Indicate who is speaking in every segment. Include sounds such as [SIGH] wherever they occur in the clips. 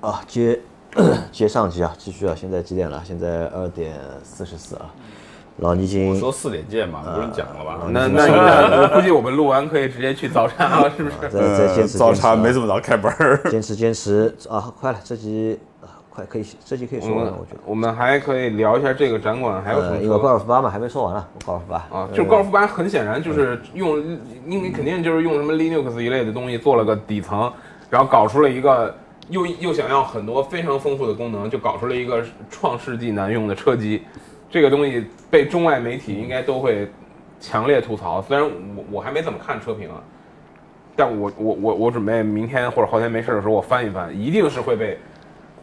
Speaker 1: 啊，接接上期啊，继续啊，现在几点了？现在二点四十四啊。老倪已经
Speaker 2: 我说四点见
Speaker 3: 呃
Speaker 2: 嘛，不用讲了
Speaker 1: 啊
Speaker 2: 吧？
Speaker 4: 那那
Speaker 1: [LAUGHS]
Speaker 4: 那我估计我们录完可以直接去早茶了，是不是？
Speaker 1: 再
Speaker 4: 呃
Speaker 1: 再坚持，
Speaker 3: 早
Speaker 1: 坚持啊
Speaker 3: 茶呃没怎么早开门儿，
Speaker 1: 坚持坚持啊，快了，这集啊快可以，这集可 [LAUGHS] 以说完了，我觉得。
Speaker 4: 我们还可以聊一下这个展馆嗯还有什
Speaker 1: 呃，
Speaker 4: 么
Speaker 1: 因为
Speaker 4: 车
Speaker 1: 高尔夫八嘛还没说完了，高尔夫呃八
Speaker 4: 啊，就是高尔夫班很显然就是用，因为肯定就是用什么 Linux 一类的东西做了个底层，然后搞出了一个又又想要很多非常丰富的功能，就搞出了一个创世纪难用的车机。这个东西被中外媒体应该都会强烈吐槽，虽然我我还没怎么看车评啊，但我我我我准备明天或者后天没事的时候我翻一翻，一定是会被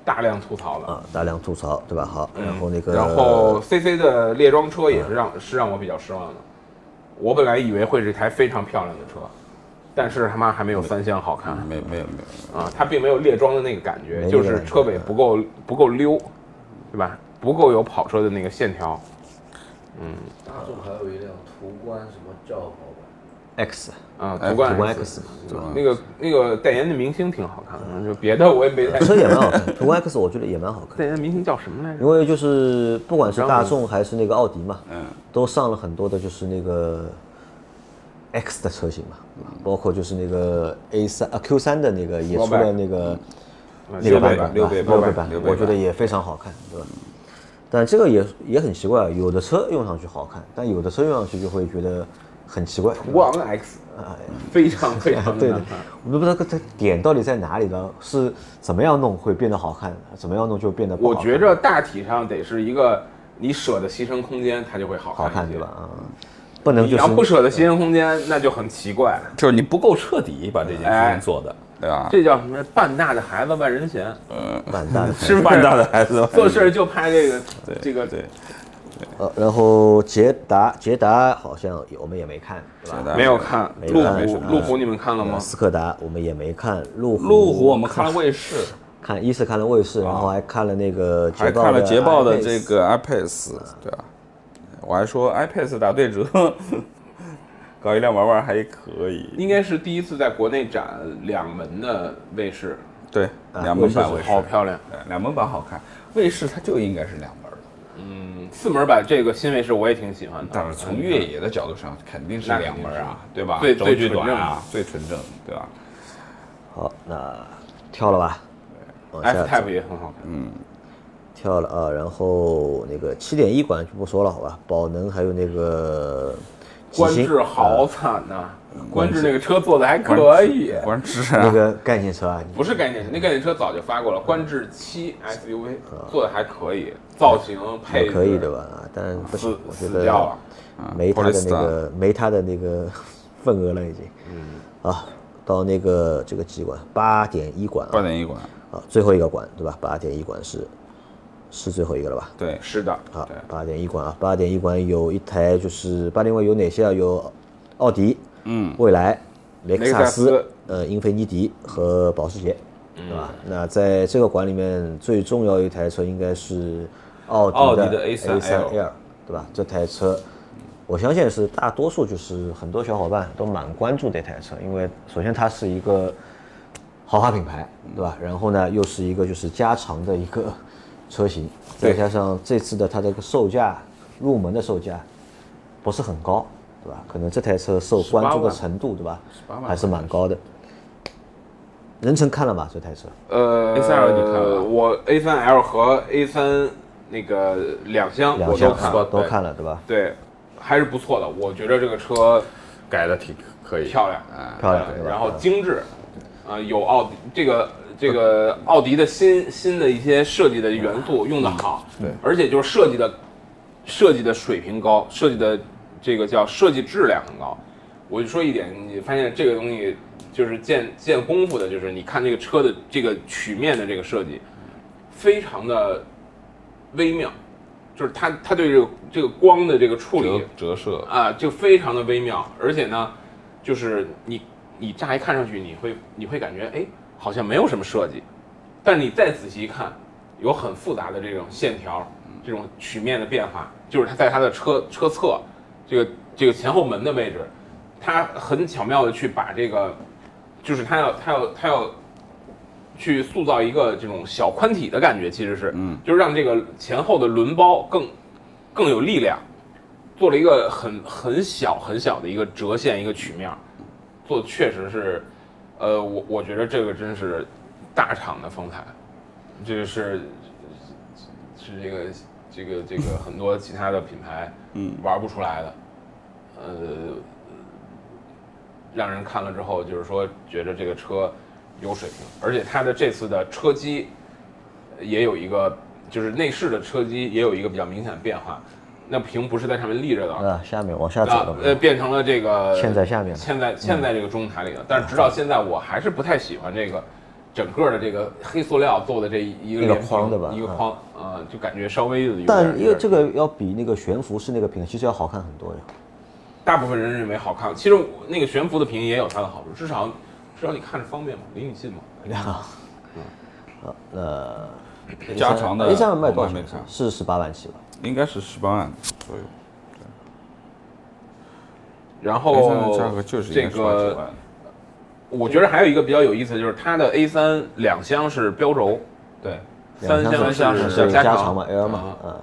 Speaker 4: 大量吐槽的。
Speaker 1: 啊，大量吐槽对吧？好，然后那个，
Speaker 4: 嗯然后 CC 的猎装车也是让是让我比较失望的。我本来以为会是一台非常漂亮的车，但是他妈还没有三厢好看
Speaker 3: [LAUGHS] 没没有没有，
Speaker 4: 啊！它并没有猎装的那个感觉，
Speaker 1: 嗯没那
Speaker 4: 就
Speaker 1: 个
Speaker 4: 是
Speaker 1: 感觉
Speaker 4: 车尾不够不够溜，对吧？不够有跑车的那个线条。
Speaker 5: 大众还有一辆途观什么轿跑吧，
Speaker 1: X
Speaker 4: 啊，
Speaker 3: 哎
Speaker 4: 途观
Speaker 1: 途观
Speaker 4: X，
Speaker 1: X 嗯
Speaker 3: 怎么
Speaker 4: 那个那个代言的明星挺好看的，就别的我也没太。
Speaker 1: 车也蛮好看，途观 X 我觉得也蛮好看的。
Speaker 4: 代言的明星叫什么来着
Speaker 1: 因？为就是不管是
Speaker 4: 然后
Speaker 1: 大众还是那个奥迪嘛，
Speaker 3: 嗯，
Speaker 1: 都上了很多的就是那个 X 的车型嘛，包括就是那个 A 三啊 Q 三的那个也出了那个那个版本，
Speaker 3: 六
Speaker 1: 对
Speaker 3: 倍
Speaker 1: 吧
Speaker 3: 版
Speaker 1: 六倍
Speaker 3: 六倍
Speaker 1: 我
Speaker 3: 版
Speaker 1: 觉得也非常好看，对吧？但这个也也很奇怪，啊有的车用上去好看，但有的车用上去就会觉得很奇怪。
Speaker 4: 途观 X，非常非常
Speaker 1: 哎对
Speaker 4: 的
Speaker 1: 的
Speaker 4: 难看。，
Speaker 1: 我都不知道这点到底在哪里了，是怎么样弄会变得好看，怎么样弄就变得不好
Speaker 4: 我
Speaker 1: 看
Speaker 4: 觉着大体上得是一个你舍得牺牲空间，它就会好
Speaker 1: 好看
Speaker 4: 一些
Speaker 1: 对吧？？啊，不能
Speaker 4: 你
Speaker 1: 就
Speaker 4: 要
Speaker 1: 是
Speaker 4: 不舍得牺牲空间，那就很奇怪。
Speaker 3: 就是你不够彻底把这件事
Speaker 4: 哎
Speaker 3: 情做的，对啊吧？
Speaker 4: 这叫什么？半大的孩子半人嫌，
Speaker 1: 蛮大的。
Speaker 3: [LAUGHS]
Speaker 4: 是不是
Speaker 3: 半大的孩子
Speaker 4: 做事儿就怕这个
Speaker 3: 对
Speaker 4: 这个。
Speaker 3: 对，
Speaker 1: 呃，然后捷达，捷达好像也我们也没看，对吧？
Speaker 3: 简单
Speaker 4: 没有看
Speaker 1: 没
Speaker 4: 路
Speaker 1: 看
Speaker 4: 虎，路虎你们看了吗？
Speaker 1: 斯柯达我们也没看，路虎
Speaker 3: 路虎我们看了卫视，
Speaker 1: 看一是看了卫视，然后还看了那个捷
Speaker 3: 还
Speaker 1: 豹
Speaker 3: 看了捷豹的这
Speaker 1: iPace
Speaker 3: 个 iPace，对吧？我还说 iPace 打对折， [LAUGHS] 搞一辆玩玩还可以。
Speaker 4: 应该是第一次在国内展两门的卫视，
Speaker 3: 对，两门版卫视
Speaker 4: 好，漂亮。
Speaker 3: 对两门版好看。卫视它就应该是两门的，
Speaker 4: 嗯，四门版这个新卫视我也挺喜欢的。
Speaker 3: 但是从越野的角度上，啊嗯肯定是
Speaker 4: 那肯
Speaker 3: 两
Speaker 4: 定
Speaker 3: 门
Speaker 4: 是
Speaker 3: 啊，对吧？
Speaker 4: 最
Speaker 3: 轴
Speaker 4: 最
Speaker 3: 距
Speaker 4: 纯
Speaker 3: 短
Speaker 4: 正
Speaker 3: 啊，最纯正，对吧？
Speaker 1: 好，那跳了吧，往下
Speaker 4: F
Speaker 1: 走
Speaker 4: Type 也很好
Speaker 3: 嗯
Speaker 4: 看，
Speaker 1: 跳了啊，然后那个七点一馆就不说了，好吧？宝能还有那个极
Speaker 4: 观
Speaker 1: 星
Speaker 4: 致好
Speaker 1: 呃
Speaker 4: 惨呐，
Speaker 3: 嗯
Speaker 4: 观致那个车做的还可以。
Speaker 3: 观致
Speaker 1: 那
Speaker 3: 啊，
Speaker 1: 个概念车啊，
Speaker 4: 不是概念车，那概念车早就发过了，观致七 SUV 做的还可以，造型配
Speaker 1: 也
Speaker 4: 置
Speaker 1: 啊可以对？吧？但不行
Speaker 4: 死，
Speaker 1: 我觉
Speaker 4: 死掉
Speaker 1: 得
Speaker 4: 了，
Speaker 1: 没他的那
Speaker 3: Polestar
Speaker 1: 个没他的那个 [LAUGHS] 份额了已经。嗯。啊，到那个这个几馆八点一馆
Speaker 3: 八
Speaker 1: 啊
Speaker 3: 点一馆，
Speaker 1: 啊，最后一个馆对吧？八点一馆是是最后一个了吧？
Speaker 3: 对，
Speaker 4: 是的，
Speaker 1: 啊
Speaker 3: 对，
Speaker 1: 八点一馆啊，八点一馆有一台就是八点一馆有哪些啊？有奥迪、
Speaker 3: 嗯，
Speaker 1: 蔚来、雷克
Speaker 4: 雷克
Speaker 1: 萨
Speaker 4: 萨斯
Speaker 1: 斯、呃英菲尼迪和保时捷，对吧？那在这个馆里面最重要一台车应该是奥
Speaker 3: 奥
Speaker 1: 迪
Speaker 3: 迪
Speaker 1: 的
Speaker 3: 的
Speaker 1: A 三
Speaker 3: A3L
Speaker 1: L，对吧？这台车。我相信是大多数，就是很多小伙伴都蛮关注这台车，因为首先它是一个豪华品牌，对吧？然后呢，又是一个就是加长的一个 [LAUGHS] 车型，再加上这次的它的一个售价，入门的售价不是很高，对吧？可能这台车受关注的程度，对吧？还是蛮高的。任晨看了吧这台车？
Speaker 4: 呃
Speaker 3: A3L 你看了
Speaker 4: 我 A 三 L 和 A 三那个两厢
Speaker 1: 两
Speaker 4: 我
Speaker 1: 厢
Speaker 4: 都
Speaker 1: 看
Speaker 4: 看，
Speaker 1: 都
Speaker 4: 对
Speaker 1: 看了，对吧？
Speaker 4: 对，还是不错的，我觉得这个车
Speaker 3: 改的挺可以，
Speaker 4: 漂亮，
Speaker 3: 啊，
Speaker 1: 漂亮，
Speaker 4: 对
Speaker 1: 对吧
Speaker 4: 然后精致，啊，有奥迪这个这个奥迪的新新的一些设计的元
Speaker 1: 嗯
Speaker 4: 素用的好，
Speaker 3: 对
Speaker 4: 而且就是设计的设计的水平高，设计的这个叫设计质量很高。我就说一点，你发现这个东西就是见见功夫的，就是你看这个车的这个曲面的这个设计，非常的微妙，就是它它对这个这个光的这个处理
Speaker 3: 折折射，
Speaker 4: 啊，就非常的微妙，而且呢，就是你你乍一看上去，你会你会感觉哎，好像没有什么设计，但是你再仔细一看，有很复杂的这种线条，这种曲面的变化，就是它在它的车车侧这个这个前后门的位置，它很巧妙的去把这个，就是它要它要它要去塑造一个这种小宽体的感觉，其实是，嗯，就是让这个前后的轮包更更有力量，做了一个很很小很小的一个折线一个曲面儿，做确实是，呃，我我觉得这个真是大厂的风采，这个是是这个这个这个很多其他的品牌嗯玩不出来的，呃，让人看了之后就是说觉得这个车有水平，而且它的这次的车机也有一个就是内饰的车机也有一个比较明显的变化，那屏不是在上面立着的，
Speaker 1: 啊，下面往下走
Speaker 4: 啊
Speaker 1: 了，
Speaker 4: 呃，变成了这个
Speaker 1: 嵌在下面了嗯
Speaker 4: 嵌在嵌在这个中台里了。但是直到现在，我还是不太喜欢这个整个的这个黑塑料做的这一个
Speaker 1: 一个
Speaker 4: 连屏
Speaker 1: 框的吧
Speaker 4: 一个
Speaker 1: 嗯
Speaker 4: 框啊，就感觉稍微有点
Speaker 1: 但因为这
Speaker 4: 有点
Speaker 1: 个要比那个悬浮式那个屏其实要好看很多呀。
Speaker 4: 大部分人认为好看，其实我那个悬浮的屏也有它的好处，至少至少你看着方便嘛，离你近嘛。
Speaker 1: 呃，
Speaker 3: 加长的
Speaker 1: A 三版卖多
Speaker 3: 我
Speaker 1: 少
Speaker 3: 还没
Speaker 1: 钱
Speaker 3: 看？
Speaker 1: 是十八万起吧？
Speaker 3: 应该是十八万左右。
Speaker 4: 然
Speaker 3: 哦，
Speaker 4: 后
Speaker 3: 价格就是应
Speaker 4: 这
Speaker 3: 该是八九
Speaker 4: 个
Speaker 3: 万，。
Speaker 4: 我觉得还有一个比较有意思的就是它的 A 三两厢是标轴，
Speaker 3: 对，
Speaker 4: 三
Speaker 1: 两
Speaker 4: 厢
Speaker 1: 厢是
Speaker 4: 加
Speaker 1: 加长嘛，L 嘛
Speaker 4: 啊，
Speaker 1: 嗯，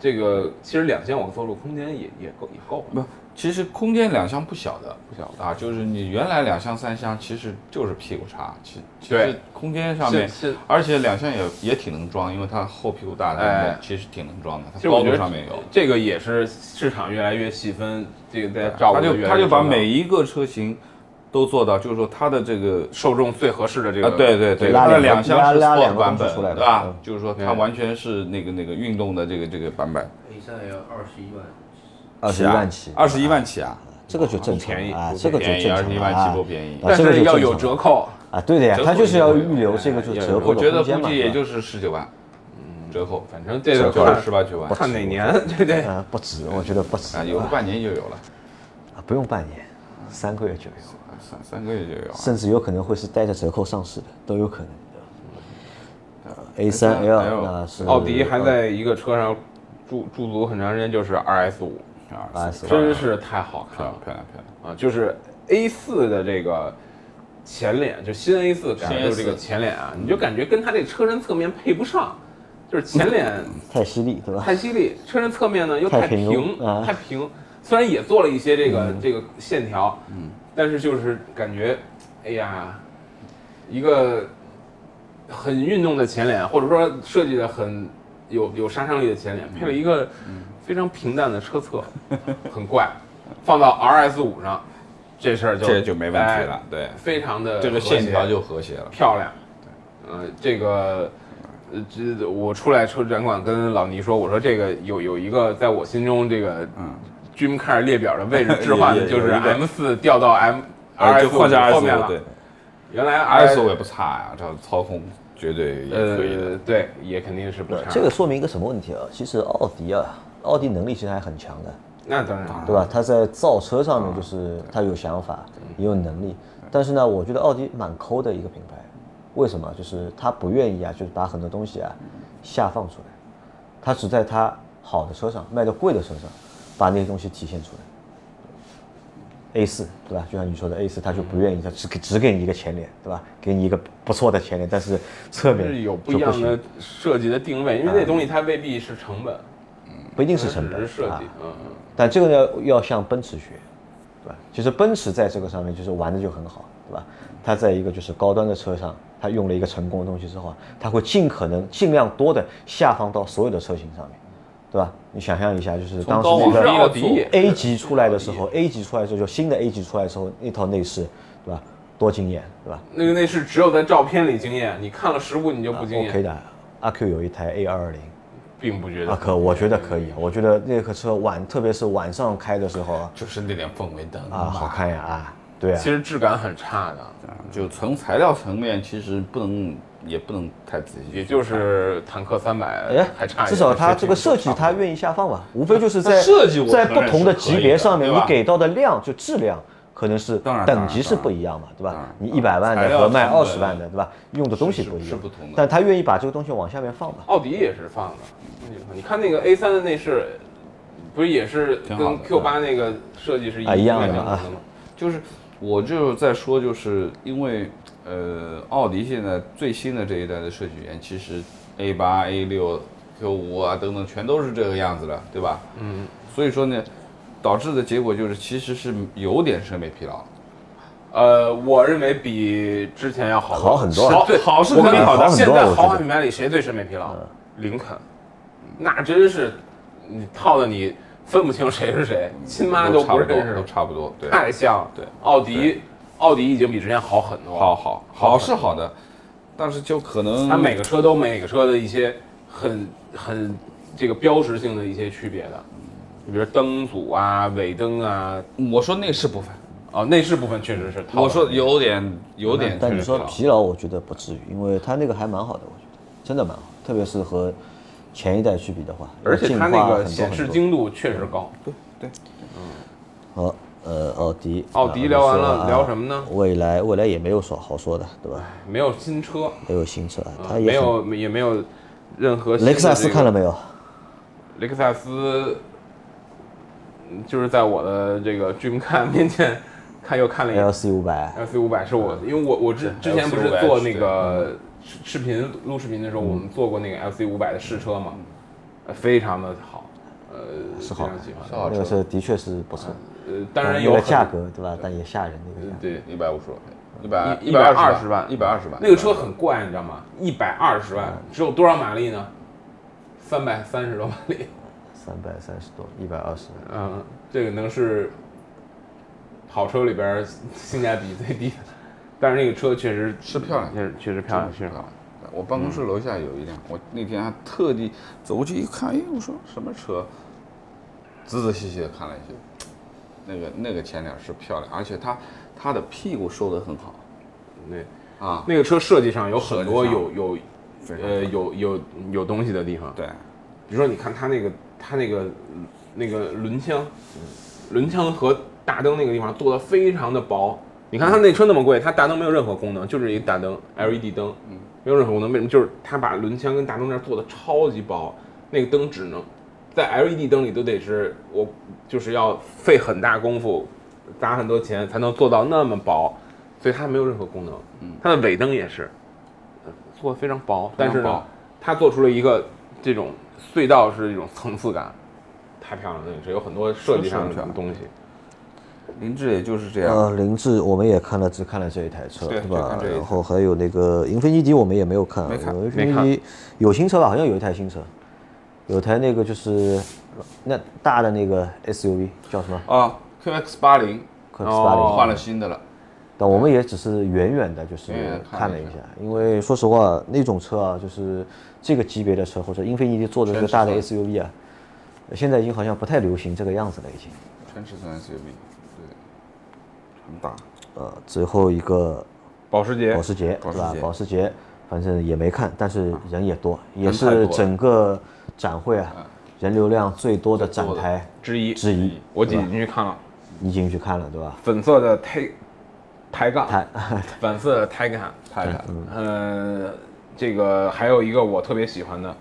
Speaker 4: 这个其实两厢我做入空间也也够也够了。
Speaker 3: 不，其实空间两厢不小的，不小的啊，就是你原来两厢三厢其实就是屁股差，其其
Speaker 4: 对
Speaker 3: 实空间上面
Speaker 4: 是是，
Speaker 3: 而且两厢也也挺能装，因为它后屁股大，
Speaker 4: 哎
Speaker 3: 它其实挺能装的，
Speaker 4: 其
Speaker 3: 它
Speaker 4: 实我
Speaker 3: 高
Speaker 4: 觉
Speaker 3: 度
Speaker 4: 得
Speaker 3: 上面有。
Speaker 4: 这个也是市场越来越细分，这个在照顾
Speaker 3: 啊他
Speaker 4: 得
Speaker 3: 就
Speaker 4: 越来
Speaker 3: 他
Speaker 4: 越
Speaker 3: 就把
Speaker 4: 重要
Speaker 3: 每一个车型都做到，就是说它的这个
Speaker 4: 受众最合适的这个
Speaker 3: 啊，对对对，
Speaker 1: 拉
Speaker 3: 它的
Speaker 1: 两个
Speaker 3: 两厢
Speaker 1: 拉
Speaker 3: 是
Speaker 1: 拉
Speaker 3: sport
Speaker 1: 两个
Speaker 3: 版
Speaker 1: 东
Speaker 3: 本
Speaker 1: 西出来的
Speaker 3: 对吧
Speaker 1: 嗯？
Speaker 3: 就是说它
Speaker 4: 对
Speaker 3: 完全是那个那个运动的这个这个版本，
Speaker 5: A 三 L 二十一万，
Speaker 1: 二十一万起，
Speaker 3: 二十一万起啊，
Speaker 1: 这个就正常
Speaker 4: 便宜
Speaker 1: 啊
Speaker 4: 不，
Speaker 1: 这个就
Speaker 3: 便宜
Speaker 1: 正
Speaker 3: 21
Speaker 1: 常
Speaker 3: 万
Speaker 1: 啊
Speaker 3: 起不便宜
Speaker 1: 啊
Speaker 4: 但
Speaker 1: 这个
Speaker 4: 是
Speaker 1: 就
Speaker 4: 要
Speaker 1: 正
Speaker 4: 有
Speaker 1: 常
Speaker 4: 折扣，
Speaker 1: 啊，对的呀，它就是要预留这个就
Speaker 3: 哎
Speaker 1: 折扣
Speaker 3: 我
Speaker 1: 的
Speaker 3: 觉
Speaker 1: 空
Speaker 3: 得
Speaker 1: 间
Speaker 3: 估
Speaker 1: 嘛，
Speaker 3: 计也
Speaker 1: 对吧
Speaker 3: 就是十九万，嗯折扣，反正
Speaker 4: 这个
Speaker 3: 就
Speaker 4: 看
Speaker 3: 是十八九万
Speaker 4: 看哪年，对对，
Speaker 1: 啊不止，我觉得不止
Speaker 3: 啊，有个半年就有了，
Speaker 1: 啊不用半年，三个月就有，
Speaker 3: 啊三三个月就有啊。
Speaker 1: 甚至有可能会是带着折扣上市的，都有可能的。A 三 L 那是呃
Speaker 4: 奥迪还在一个车上驻驻足很长时间，就是 RS 五，
Speaker 3: 啊，
Speaker 1: RS
Speaker 4: 真是太好看
Speaker 3: 漂
Speaker 4: 了
Speaker 3: 亮漂亮漂亮，
Speaker 4: 啊！就是 A 四的这个前脸，就新 A 四感觉就是这个前脸啊，你就感觉跟它这车身侧面配不上，就是前脸。
Speaker 1: 太犀利对吧？
Speaker 4: 太犀利，车身侧面呢又太
Speaker 1: 太平
Speaker 4: 平，
Speaker 1: 啊嗯
Speaker 4: 太平。虽然也做了一些这个、这个线条，嗯，但是就是感觉，哎呀，一个很运动的前脸，或者说设计的很有有杀伤力的前脸，配了一个
Speaker 3: 嗯
Speaker 4: 非常平淡的车侧，很怪。放到 RS 五上，这事儿就
Speaker 3: 这就没问题
Speaker 4: 哎
Speaker 3: 了，对，
Speaker 4: 非常的
Speaker 3: 这个线条
Speaker 4: 就。
Speaker 3: 就和谐了。
Speaker 4: 漂亮。嗯、这个，呃，这我出来车展馆跟老倪说，我说这个有有一个在我心中这个
Speaker 3: 嗯
Speaker 4: dream car 列表的
Speaker 3: [LAUGHS]
Speaker 4: 位置置换
Speaker 3: 也
Speaker 4: 的
Speaker 3: 也
Speaker 4: 就是
Speaker 3: 有一个
Speaker 4: M 四调到 M
Speaker 3: 啊
Speaker 4: R
Speaker 3: 就换成
Speaker 4: S 后
Speaker 3: S
Speaker 4: 面
Speaker 3: 五，
Speaker 4: 了哎
Speaker 3: 对。
Speaker 4: 原来
Speaker 3: ，S 五
Speaker 4: RS
Speaker 3: 也不差呀，这操控绝对也可以的。
Speaker 4: 呃对，也肯定是不差。
Speaker 1: 这个说明一个什么问题啊？其实奥迪啊，奥迪能力其实还很强的，
Speaker 4: 那当
Speaker 3: 啊
Speaker 4: 然，
Speaker 1: 对吧？他在造车上面就是他有想法，
Speaker 4: 啊
Speaker 1: 也有能力，
Speaker 4: 嗯
Speaker 1: 但是呢，我觉得奥迪蛮抠的一个品牌，为什么？就是他不愿意啊，就是把很多东西啊
Speaker 4: 嗯
Speaker 1: 下放出来，他只在他好的车上、卖的贵的车上，把那些东西体现出来。A 四对吧？就像你说的 A 四，他就不愿意，他只给只给你一个前脸，对吧？给你一个不错的前脸，但是侧
Speaker 4: 就
Speaker 1: 面
Speaker 4: 是有不
Speaker 1: 就
Speaker 4: 一样
Speaker 1: 行
Speaker 4: 的设计的定位，因为
Speaker 3: 啊
Speaker 4: 那东西它未必是成本，
Speaker 1: 不一定
Speaker 4: 它
Speaker 1: 是成本，
Speaker 4: 只是设
Speaker 1: 啊
Speaker 4: 计，嗯嗯。
Speaker 1: 但这个呢，要向奔驰学，对吧？其实奔驰在这个上面就是玩的就很好，对吧？它在一个就是高端的车上，它用了一个成功的东西之后啊，它会尽可能尽量多的下放到所有的车型上面，对吧？你想象一下，就是当时
Speaker 3: 高往
Speaker 1: 那
Speaker 4: 嗯
Speaker 1: 个
Speaker 4: 是
Speaker 3: 低
Speaker 4: 奥迪也
Speaker 1: A 级出来的时候，A 级出来的时候，就新的 A 级出来的时候，那套内饰，对吧？多惊艳，对吧？
Speaker 4: 那个那是只有在照片里惊艳，你看了实物你就不惊艳
Speaker 3: 啊
Speaker 1: OK 的，阿 Q 有一台 A 二二零。
Speaker 4: 并不觉得
Speaker 1: 阿。可，我觉得可以。啊我觉得那个车晚，特别是晚上开的时候啊，
Speaker 3: 就是那点氛围灯
Speaker 1: 啊，
Speaker 3: 嘛
Speaker 1: 好看呀啊，对啊
Speaker 4: 其。实质感很差的，
Speaker 3: 就从材料层面，其实不能也不能太仔细，
Speaker 4: 也就是坦克三百
Speaker 1: 哎
Speaker 4: 还差一点，
Speaker 1: 至少它这个设计它愿意下放吧，无非就是在设计在不同的级别上面，
Speaker 3: 我
Speaker 1: 你
Speaker 3: 承认是可以的对吧
Speaker 1: 给到的量就质量可能是
Speaker 3: 当然
Speaker 1: 等级是不一样嘛，对
Speaker 3: 当
Speaker 1: 吧
Speaker 3: 然？
Speaker 1: 你一百万
Speaker 3: 材
Speaker 1: 的
Speaker 3: 料
Speaker 1: 和卖
Speaker 3: 成本
Speaker 1: 二十万的，对吧？用的东西不一样，
Speaker 3: 是是不同的
Speaker 1: 但他愿意把这个东西往下面放嘛。
Speaker 4: 奥迪也是放的。你看那个 A 三的内饰，不是也是
Speaker 3: 挺好
Speaker 4: 跟
Speaker 3: 的
Speaker 4: Q 八那个设计是
Speaker 1: 啊一样
Speaker 4: 的
Speaker 1: 的啊
Speaker 4: 吗？
Speaker 3: 就是我就是在说，就是因为呃，奥迪现在最新的这一代的设计语言，其实 A 八、A 六、Q 五啊等等，全都是这个样子的，对吧？嗯。所以说呢，导致的结果就是其实是有点审美疲劳。
Speaker 4: 呃，我认为比之前要好多
Speaker 1: 好很多啊
Speaker 4: 好对，好是
Speaker 1: 我
Speaker 4: 肯
Speaker 1: 感
Speaker 4: 定
Speaker 1: 觉好
Speaker 4: 好的。
Speaker 1: 很
Speaker 4: 现
Speaker 1: 多啊
Speaker 4: 在
Speaker 1: 我觉
Speaker 4: 豪华
Speaker 1: 得嗯
Speaker 4: 品牌里谁最审美疲劳？林肯，那真是你套的你分不清谁是谁，亲妈
Speaker 3: 都
Speaker 4: 都
Speaker 3: 差
Speaker 4: 不
Speaker 3: 不多
Speaker 4: 认，识
Speaker 3: 都，差不多。对，
Speaker 4: 太像了。
Speaker 3: 对，
Speaker 4: 奥迪，奥迪已经比之前好很多了。
Speaker 3: 好好好是好的，但是就可
Speaker 1: 嗯
Speaker 3: 能
Speaker 4: 它每个车都每个车的一些很很这个标识性的一些区别的，比如灯组啊、尾灯啊，
Speaker 3: 我说内饰部分，
Speaker 4: 哦，内饰部分确实是套的。
Speaker 3: 我说有点有点
Speaker 1: 但
Speaker 3: 确
Speaker 1: 你
Speaker 3: 实
Speaker 1: 说
Speaker 3: 疲劳
Speaker 1: 疲劳，我觉得不至于，因为它那个还蛮好的，我觉得真的蛮好，特别是和前一代去比的话，
Speaker 4: 而且
Speaker 1: 进
Speaker 4: 它
Speaker 1: 化
Speaker 4: 那
Speaker 1: 很
Speaker 4: 个
Speaker 1: 多
Speaker 4: 显示
Speaker 1: 很多嗯
Speaker 4: 精度确实高。
Speaker 1: 好，呃，奥迪，
Speaker 4: 奥迪聊完了
Speaker 1: 啊
Speaker 4: 聊什么呢
Speaker 1: 未来，未来也没有说好说的，对吧？
Speaker 4: 没有新车，
Speaker 1: 没有新车，它
Speaker 4: 呃
Speaker 1: 啊也
Speaker 4: 没
Speaker 1: 很。
Speaker 4: 有也没有任何新的
Speaker 1: 雷克萨斯
Speaker 4: 这个
Speaker 1: 看了没有？
Speaker 4: 雷克萨斯，嗯就是在我的这个 Dream 看面前看又看了一眼
Speaker 1: LC 五百，
Speaker 4: L C 五百是我，因为我我之之前不是
Speaker 3: LC500
Speaker 4: 做那个视视频录视频的时候，我们做过那个 L C 五百的试车嘛，呃非常的好，呃，
Speaker 1: 是啊好
Speaker 4: 非常喜欢。
Speaker 1: 那个车的确是不错，
Speaker 4: 呃，当然
Speaker 1: 那
Speaker 4: 有
Speaker 1: 个
Speaker 4: 很
Speaker 1: 价格对吧？但也吓人那个价格。
Speaker 4: 对
Speaker 3: 一百五十万，一百
Speaker 4: 一
Speaker 3: 二
Speaker 4: 120万
Speaker 3: 一百二十万，
Speaker 4: 那个车很怪，你知道吗？一百二十
Speaker 1: 嗯
Speaker 4: 万，只有多少马力呢？三百三十多马力。 [LAUGHS]
Speaker 1: 三百三十多，一百二十。
Speaker 4: 嗯，这个能是跑车里边儿性价比最低的，但是那个车确实
Speaker 3: 是漂亮
Speaker 4: 确实确实漂亮，确实漂亮。
Speaker 3: 我办公室楼下有一辆，我那天还特地走过去一看，哎，我说什么车？仔仔细细的看了一下，那个那个前脸是漂亮，而且它它的屁股收的很好
Speaker 4: 那
Speaker 3: 啊，
Speaker 4: 那个车设计上有很多
Speaker 3: 设计上
Speaker 4: 有有
Speaker 3: 非常
Speaker 4: 呃有有有东西的地方，
Speaker 3: 对，
Speaker 4: 比如说你看它那个它那个那个轮腔，轮腔和大灯那个地方做的非常的薄。你看它那车那么贵，它大灯没有任何功能，就是一大灯 LED 灯，没有任何功能。为什么？就是它把轮腔跟大灯那儿做的超级薄，那个灯只能在 LED 灯里都得是我就是要费很大功夫，砸很多钱才能做到那么薄，所以它没有任何功能。它的尾灯也是呃做嗯的非常薄，但是呢
Speaker 3: 薄，
Speaker 4: 它做出了一个这种隧道式的一种层次感，太漂亮了，那个是有很多设计上
Speaker 3: 是是
Speaker 4: 的
Speaker 3: 是
Speaker 4: 东西。
Speaker 3: 凌志也就是这
Speaker 4: 啊
Speaker 3: 样，
Speaker 1: 呃，凌志我们也看了，只看了这一台车，
Speaker 3: 对就
Speaker 1: 吧
Speaker 3: 看？这一台
Speaker 1: 然后还有那个英菲尼迪，我们也没有看啊。
Speaker 3: 没看
Speaker 1: 有英
Speaker 4: 没
Speaker 1: 菲尼
Speaker 4: 看
Speaker 1: 迪有新车吧？好像有一台新车，有台那个就是那大的那个 SUV 叫什么
Speaker 3: 啊，QX 八零
Speaker 1: q
Speaker 4: 哦
Speaker 1: 8 0
Speaker 3: 换了新的了，
Speaker 1: 但我们也只是远远的，就是
Speaker 3: 远远地
Speaker 1: 看
Speaker 3: 看
Speaker 1: 了
Speaker 3: 了
Speaker 1: 一
Speaker 3: 一
Speaker 1: 下，因为说实话，那种车啊，就是这个级别的车，或者英菲尼迪做的这个大的 SUV 啊，现在已经好像不太流行这个样子了，已经。
Speaker 3: 全尺寸 SUV，对，很大，
Speaker 1: 呃，最后一个
Speaker 4: 保时捷
Speaker 1: 保时捷，对
Speaker 3: 保时
Speaker 1: 吧？
Speaker 3: 捷
Speaker 1: 保时捷，反正也没看，但是人也多，也
Speaker 3: 人太多
Speaker 1: 是
Speaker 3: 了
Speaker 1: 整个展会啊，人流量最多的展台
Speaker 4: 之一，
Speaker 1: 之一。
Speaker 4: 我挤进去看了，
Speaker 1: 你进去看了，对吧？
Speaker 4: 粉色的胎抬杠，
Speaker 1: 抬
Speaker 4: [LAUGHS] 粉色的胎杠，
Speaker 3: 太大，
Speaker 4: 呃，这个还有一个我特别喜欢的，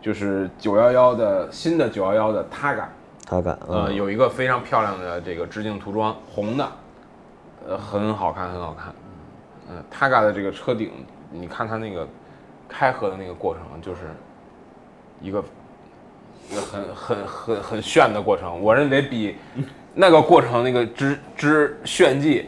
Speaker 4: 就是九幺幺的新的九幺幺的 Targa，
Speaker 1: 他敢，
Speaker 4: 呃，
Speaker 1: 嗯，
Speaker 4: 有一个非常漂亮的这个致敬涂装，红的，呃，很好看，很好看。嗯、呃、，Targa 的这个车顶，你看它那个开合的那个过程，就是一个一个很很很很炫的过程。我认为比那个过程那个之之炫技，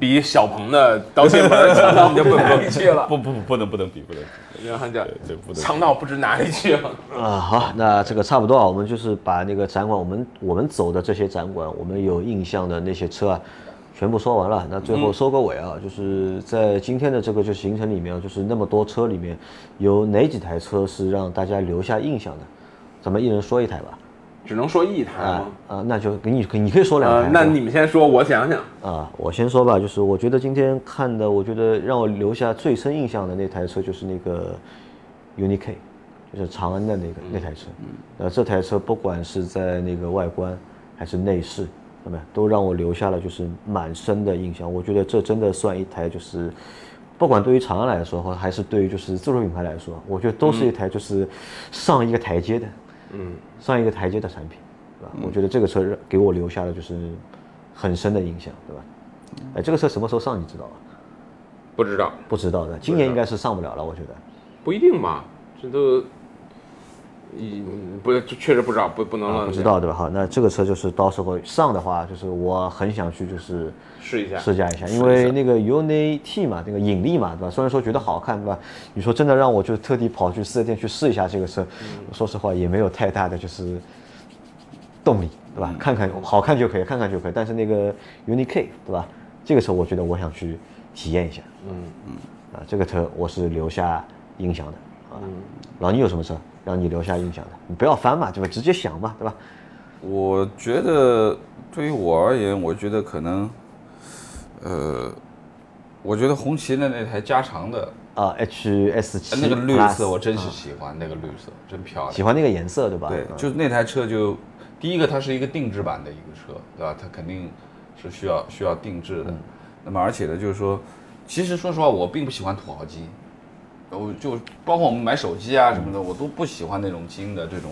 Speaker 4: 比小鹏的刀切门儿强到不知哪里去了。
Speaker 3: [LAUGHS] 不不不不能不能比不能比，
Speaker 4: 然后叫
Speaker 3: 对不能比。
Speaker 4: 强到不知哪里去了。
Speaker 1: 啊，好，那这个差不多啊，我们就是把那个展馆，我们我们走的这些展馆，我们有印象的那些车啊，全部说完了。那最后收个尾啊，就是在今天的这个就行程里面啊，就是那么多车里面，有哪几台车是让大家留下印象的？咱们一人说一台吧。
Speaker 4: 只能说一台
Speaker 1: 啊
Speaker 4: 吗？
Speaker 1: 啊，那就给你，啊你可以说两台
Speaker 4: 呃
Speaker 1: 是吧。，
Speaker 4: 那你们先说，我想想。
Speaker 1: 啊，我先说吧，就是我觉得今天看的，我觉得让我留下最深印象的那台车就是那个 UNI K，就是长安的那个、那台车。呃，这台车不管是在那个外观还是内饰，那么都让我留下了就是蛮深的印象。我觉得这真的算一台就是，不管对于长安来说，或还是对于就是自主品牌来说，我觉得都是一台就是上一个台阶的，嗯，上一个台阶的产品，对吧？我觉得这个车让给我留下嗯了就是很深的印象，对吧？哎，这个车什么时候上你知道吧？
Speaker 4: 不知道，
Speaker 1: 不知道的，今年应该是上不了了，我觉得。
Speaker 4: 不一定吧？这都，嗯，不，这确实不知道，不不能
Speaker 1: 啊
Speaker 4: 乱、
Speaker 1: 不知道对吧？好，那这个车就是到时候上的话，就是我很想去就是
Speaker 4: 试一下。
Speaker 1: 试驾一下，因为那个 UNI T 嘛，那个引力嘛，对吧？虽然说觉得好看，对吧？你说真的让我就特地跑去四 S 店去试一下这个车，
Speaker 3: 嗯
Speaker 1: 说实话也没有太大的就是动力，对
Speaker 3: 嗯
Speaker 1: 吧？看看好看就可以，看看就可以。但是那个 UNI K 对吧？这个车我觉得我想去体验一下，嗯嗯，啊，这个车我是留下印象的啊。
Speaker 3: 嗯
Speaker 1: 老倪有什么车让你留下印象的？你不要翻嘛，对吧？直接想嘛，对吧？
Speaker 3: 我觉得对于我而言，我觉得可能，呃，我觉得红旗的那台加长的
Speaker 1: 啊，HS 七
Speaker 3: 呃那个绿
Speaker 1: Plus 嗯
Speaker 3: 色，我真是喜欢那个绿色，真漂
Speaker 1: 喜
Speaker 3: 亮。
Speaker 1: 欢那个颜色，对吧？
Speaker 3: 对
Speaker 1: 嗯，
Speaker 3: 就是那台车就第一个，它是一个定制版的一个车，对吧？它肯定是需要需要定制
Speaker 1: 嗯
Speaker 3: 的。那么而且呢，就是说，其实说实话，我并不喜欢土豪机，我就包括我们买手机啊什么的，我都不喜欢那种金的这种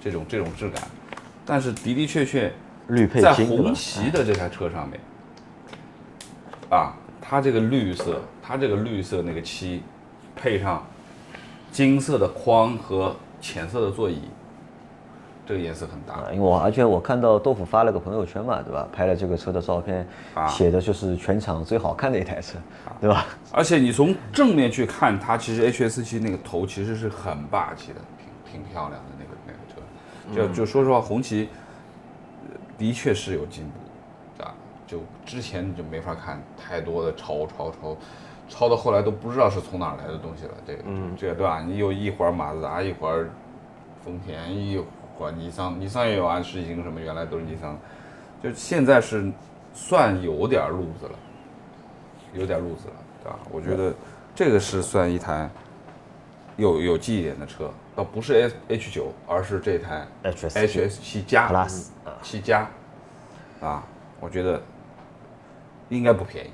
Speaker 3: 这种这种质感。但是的的确确，
Speaker 1: 绿配
Speaker 3: 在
Speaker 1: 金，对吧哎
Speaker 3: 红？旗的这台车上面，啊，它这个绿色，它这个绿色那个漆，配上金色的框和浅色的座椅，这个颜色很搭
Speaker 1: 啊，。因为我而且我看到豆腐发了个朋友圈嘛，对吧？拍了这个车的照片，
Speaker 3: 啊
Speaker 1: 写的就是全场最好看的一台车，
Speaker 4: 啊
Speaker 1: 对吧？
Speaker 3: 而且你从正面去看，它其实 H S 七那个头其实是很霸气的，挺挺漂亮的那个那个车。就就说实话，红旗呃的确是有进步啊，就之前你就没法看太多的抄抄抄，抄到后来都不知道是从哪儿来的东西了。这个、这个对吧？你有一会儿马自达，一会儿丰田，一会儿尼桑，尼桑也有安世英什么，原来都是尼桑，就现在是算有点路子了。有点路子了，对吧？我觉得这个是算一台有有记忆点的车，倒不是 S H 九，而是这台
Speaker 4: 哎
Speaker 1: HS
Speaker 3: H S 七加嗯
Speaker 1: Plus
Speaker 3: 七加啊，我觉得应该不便宜。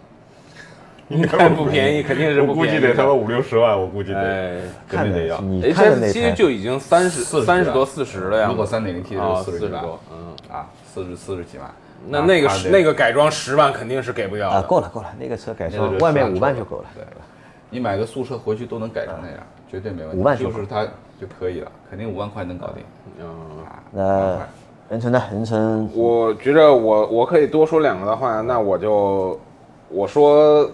Speaker 4: 应该不便宜，肯定是
Speaker 2: 我
Speaker 4: 不
Speaker 2: 估
Speaker 4: 便
Speaker 2: 计
Speaker 4: 宜
Speaker 2: 得
Speaker 4: 的。
Speaker 2: 他妈五六十万，我估计得
Speaker 4: 哎
Speaker 2: 肯定得要。
Speaker 1: 你看的
Speaker 4: ，H
Speaker 1: 那
Speaker 4: S 七
Speaker 1: 台，
Speaker 4: 就已经三十
Speaker 2: 啊
Speaker 3: 40
Speaker 4: 三十多四十了呀，
Speaker 3: 如果三点零 T
Speaker 4: 啊
Speaker 3: 就
Speaker 4: 四
Speaker 3: 四
Speaker 4: 十
Speaker 3: 十几万
Speaker 4: 多，嗯，
Speaker 3: 啊，四十四十几万。
Speaker 4: 那那个
Speaker 3: 它
Speaker 4: 是
Speaker 3: 这
Speaker 4: 那个改装十万肯定是给不掉
Speaker 1: 啊，
Speaker 4: 的。
Speaker 1: 够了够了，那个车改
Speaker 3: 那个
Speaker 1: 装
Speaker 3: 就
Speaker 1: 外面
Speaker 3: 算
Speaker 1: 五万
Speaker 3: 车
Speaker 1: 就够了。
Speaker 3: 对，你买个速车回去都能改成那样，
Speaker 4: 嗯
Speaker 3: 绝对没问题。
Speaker 1: 五万就
Speaker 3: 就
Speaker 1: 够
Speaker 3: 是它就可以了，肯定五万块能搞定。
Speaker 4: 嗯，
Speaker 1: 那任晨呢？任晨
Speaker 4: 我觉着我我可以多说两个的话，那我就我说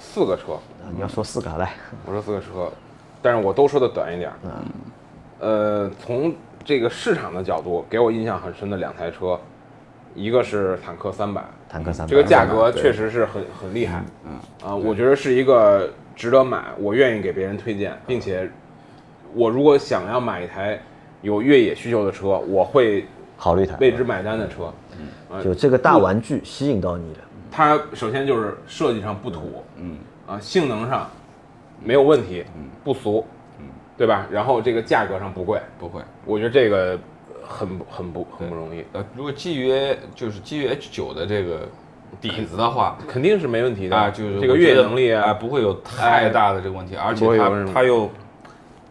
Speaker 4: 四个车，
Speaker 1: 啊你要说四个啊来，
Speaker 4: 我说四个车，但是我都说的短一点。嗯，呃，从这个市场的角度，给我印象很深的两台车，一个是坦克三百，
Speaker 1: 坦克三百
Speaker 4: 这个价格确实是很很厉害。嗯啊，我觉得是一个值得买，我愿意给别人推荐，并且我如果想要买一台有越野需求的车，我会
Speaker 1: 考虑它，
Speaker 4: 为之买单的车。
Speaker 1: 就这个大玩具吸引到你了，
Speaker 4: 它首先就是设计上不土，嗯啊，性能上没有问题，嗯，不俗，嗯，对吧？然后这个价格上不贵，
Speaker 3: 不会，
Speaker 4: 我觉得这个很不很不很不容易，
Speaker 3: 呃，如果基于就是基于 H 九的这个底子的
Speaker 4: [LAUGHS]
Speaker 3: 话，
Speaker 4: 肯定是没问题的
Speaker 3: 啊，就是
Speaker 4: 这个
Speaker 3: 我觉
Speaker 4: 越
Speaker 3: 得
Speaker 4: 野能力
Speaker 3: 啊，
Speaker 4: 啊，
Speaker 3: 不会有太大的这个问题，而且
Speaker 4: 不会有什么
Speaker 3: 它它又，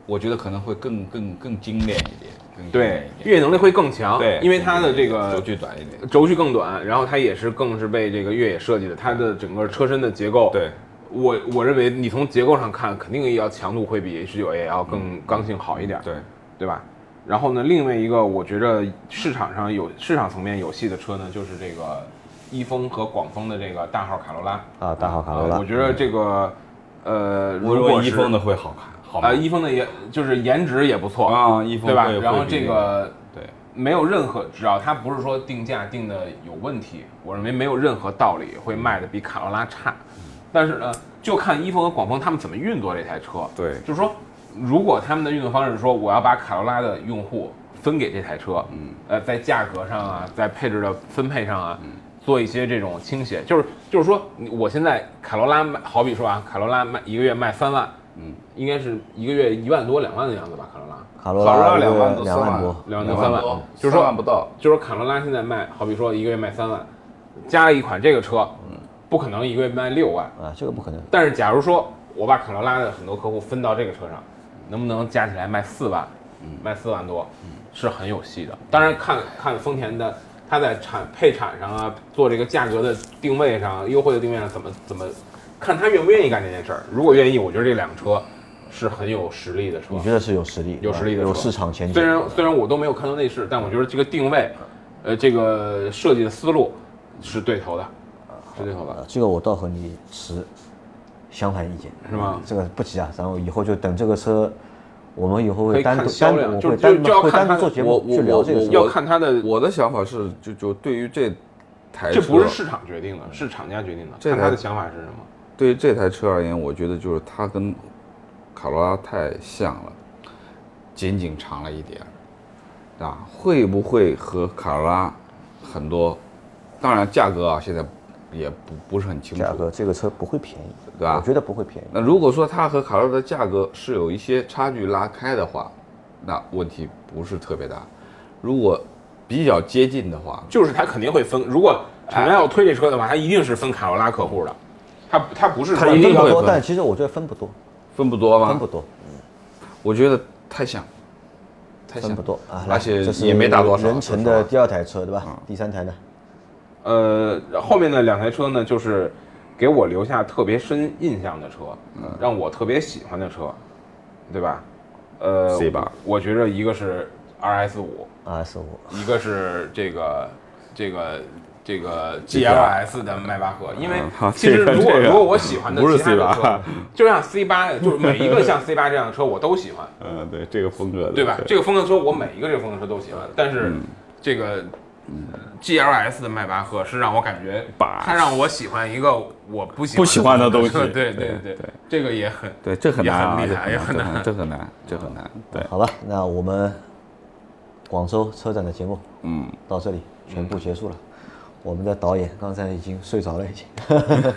Speaker 3: 我觉得可能会更更更精炼一点，更精
Speaker 4: 对
Speaker 3: 炼一，
Speaker 4: 越
Speaker 3: 点，
Speaker 4: 野能力会更强，
Speaker 3: 对，
Speaker 4: 因为它的这个
Speaker 3: 轴距短一点，
Speaker 4: 轴距更短，然后它也是更是为这个越野设计的，它的整个车身的结构，
Speaker 3: 对，
Speaker 4: 我我认为你从结构上看，肯定要强度会比 H 9 a 要
Speaker 3: 嗯
Speaker 4: 更刚性好一点，
Speaker 3: 对，
Speaker 4: 对吧？然后呢，另外一个我觉着市场上有市场层面有戏的车呢，就是这个一丰和广丰的这个大号卡罗拉。
Speaker 1: 啊，大号卡罗
Speaker 4: 呃我
Speaker 1: 拉，嗯
Speaker 4: 觉得这个，呃，
Speaker 3: 我
Speaker 4: 如
Speaker 3: 认
Speaker 4: 果
Speaker 3: 为
Speaker 4: 是
Speaker 3: 一丰的会好看，好
Speaker 4: 啊，
Speaker 3: 吗
Speaker 4: 一丰的也就是颜值也不错，
Speaker 3: 啊，一丰
Speaker 4: 对吧
Speaker 3: 会？
Speaker 4: 然后
Speaker 3: 会比
Speaker 4: 这个
Speaker 3: 对
Speaker 4: 没有任何，只要它不是说定价定的有问题，我认为没有任何道理会卖的比卡罗拉差。
Speaker 3: 嗯
Speaker 4: 但是呢，就看一丰和广丰他们怎么运作这台车。
Speaker 3: 对
Speaker 4: 就是说，如果他们的运作方式是说我要把卡罗拉的用户分给这台车，嗯，呃，在价格上啊，在配置的分配上啊，做一些这种倾斜，就是就是说，你我现在卡罗拉卖，好比说啊，卡罗拉卖一个月卖三万，嗯，应该是一个月一万多两万的样子吧，卡罗拉。
Speaker 1: 卡罗
Speaker 3: 卡罗
Speaker 1: 拉
Speaker 3: 拉
Speaker 1: 一个
Speaker 3: 两万多
Speaker 1: 两
Speaker 3: 三
Speaker 1: 万
Speaker 3: 万
Speaker 1: 多，嗯
Speaker 4: 两万
Speaker 3: 两
Speaker 4: 三
Speaker 3: 万
Speaker 4: 万
Speaker 3: 多，，
Speaker 4: 就
Speaker 3: 三
Speaker 4: 是说
Speaker 3: 万不到，
Speaker 4: 就是卡罗拉现在卖，好比说一个月卖三万，加了一款这个车，不可能一个月卖六万。
Speaker 1: 啊，这个不可能，
Speaker 4: 但是假如说我把卡罗拉的很多客户分到这个车上，能不能加起来卖四万？
Speaker 1: 嗯
Speaker 4: 卖四万多是很有戏的。当然看看丰田的，它在产配产上啊，做这个价格的定位上、优惠的定位上怎么怎么看他愿不愿意干这件事儿。如果愿意，我觉得这辆车是很有实力的车。
Speaker 1: 你觉得是有实力，
Speaker 4: 有实力的
Speaker 1: 有
Speaker 4: 车
Speaker 1: 市场前景。
Speaker 4: 虽然虽然我都没有看到内饰，但我觉得这个定位，呃，这个设计的思路是对头的，是对头的，
Speaker 1: 呃这个我倒和你持相反意见，
Speaker 4: 是吗？
Speaker 1: 这个不急啊，然后以后就等这个车，我们以后
Speaker 4: 可
Speaker 1: 会
Speaker 4: 以
Speaker 1: 单
Speaker 4: 看
Speaker 1: 独
Speaker 4: 销
Speaker 1: 单
Speaker 4: 量
Speaker 1: 独我
Speaker 4: 就
Speaker 1: 会
Speaker 4: 就
Speaker 1: 单
Speaker 4: 就要
Speaker 1: 独会
Speaker 4: 看
Speaker 1: 单独
Speaker 4: 它
Speaker 1: 做节
Speaker 3: 我
Speaker 1: 目
Speaker 3: 我
Speaker 1: 去聊这个
Speaker 3: 我
Speaker 1: 事
Speaker 4: 要
Speaker 1: 情。
Speaker 4: 看它的，
Speaker 3: 我的想法是，就就对于这台车，
Speaker 4: 这不是市场决定的，是厂家决定的。
Speaker 3: 这
Speaker 4: 看
Speaker 3: 台
Speaker 4: 他的想法是什么？
Speaker 3: 对于这台车而言，我觉得就是它跟卡罗拉太像了，仅仅长了一点儿，啊，会不会和卡罗拉很多？当然价格啊，现在也不不是很清
Speaker 1: 价
Speaker 3: 楚。
Speaker 1: 格这个车不会便宜，
Speaker 3: 对吧
Speaker 1: 我觉得不会便宜。
Speaker 3: 那如果说它和卡罗拉的价格是有一些差距拉开的话，那问题不是特别大。如果比较接近的话，
Speaker 4: 就是他肯定会分，如果厂家要推这车的话，他一定是分卡罗拉客户的，他他不是
Speaker 3: 它
Speaker 4: 说
Speaker 3: 一
Speaker 1: 分
Speaker 3: 定
Speaker 1: 不
Speaker 3: 会啊
Speaker 1: 多，
Speaker 3: 分
Speaker 1: 但其实我觉得分不多，
Speaker 3: 分不多吗？
Speaker 1: 分不多，
Speaker 3: 我觉得太像，太像
Speaker 1: 分不 [LAUGHS] 多啊。来
Speaker 3: 而且
Speaker 1: 这是
Speaker 3: 也没打多少。
Speaker 1: 人成
Speaker 3: 说
Speaker 1: 的
Speaker 3: 实话嗯
Speaker 1: 第二台车对吧？第三台呢？
Speaker 4: 呃，后面的两台车呢，就是给我留下特别深印象的车，
Speaker 3: 嗯
Speaker 4: 让我特别喜欢的车，对吧？呃
Speaker 3: C 八
Speaker 4: 我觉着一个是 RS 五，
Speaker 1: RS 五，
Speaker 4: 一个是这个这个这个 GLS 的迈巴赫，因为
Speaker 3: 嗯
Speaker 1: 啊
Speaker 3: 好
Speaker 4: 其实
Speaker 3: 这个
Speaker 4: 如果
Speaker 3: 这个
Speaker 4: 如果我喜欢的
Speaker 3: 不是
Speaker 4: 其他的
Speaker 3: C8
Speaker 4: [LAUGHS] 车，就像 C 八，就是每一个像 C 八这样的车我都喜欢，
Speaker 3: 嗯，对嗯这个风格的，
Speaker 4: 对吧？这个风格车我每一个这个风格车都喜欢，但是这个 GLS 的迈巴赫是让我感觉，
Speaker 3: 把
Speaker 4: 它让我喜欢一个我不喜
Speaker 3: 不喜欢的东西
Speaker 4: 对对对，这个也很
Speaker 3: 对，这很难啊，
Speaker 4: 也很厉害，也很难。
Speaker 3: 这很难，这很难，对，
Speaker 1: 好吧，那我们广州车展的节目
Speaker 3: 嗯，
Speaker 1: 到这里全部结束了。我们的导演刚才已经睡着了，已经。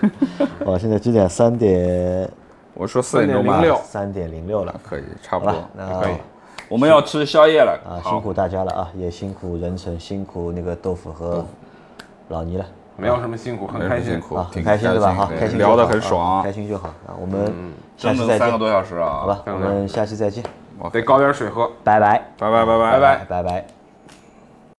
Speaker 1: [LAUGHS] 哦，现在几点？三点
Speaker 3: 我说四点钟吧，
Speaker 4: 3.06
Speaker 1: 三点零六了。
Speaker 3: 可以，差不
Speaker 1: 好
Speaker 3: 多
Speaker 1: 吧，那
Speaker 3: 哦可以。我们要吃宵夜了
Speaker 1: 啊，
Speaker 3: 好
Speaker 1: 辛苦大家了啊，也辛苦任晨，辛苦那个豆腐和老倪了。
Speaker 4: 没有什么辛苦，很
Speaker 3: 没
Speaker 4: 开
Speaker 3: 有
Speaker 4: 心
Speaker 3: 辛。苦
Speaker 1: 啊，，
Speaker 3: 挺
Speaker 1: 很开心对吧？好，
Speaker 3: 的
Speaker 1: 开心就好
Speaker 3: 聊得很
Speaker 1: 啊
Speaker 3: 爽
Speaker 1: 开，心就好啊。我们下
Speaker 3: 整
Speaker 1: 期
Speaker 3: 整
Speaker 1: 再
Speaker 3: 嗯三个
Speaker 1: 见，
Speaker 3: 多小时啊，
Speaker 1: 好吧？我们下期再见，
Speaker 3: 我
Speaker 4: 得搞点水喝。
Speaker 1: 拜拜，
Speaker 3: 拜拜拜拜
Speaker 4: 拜拜
Speaker 1: 拜拜。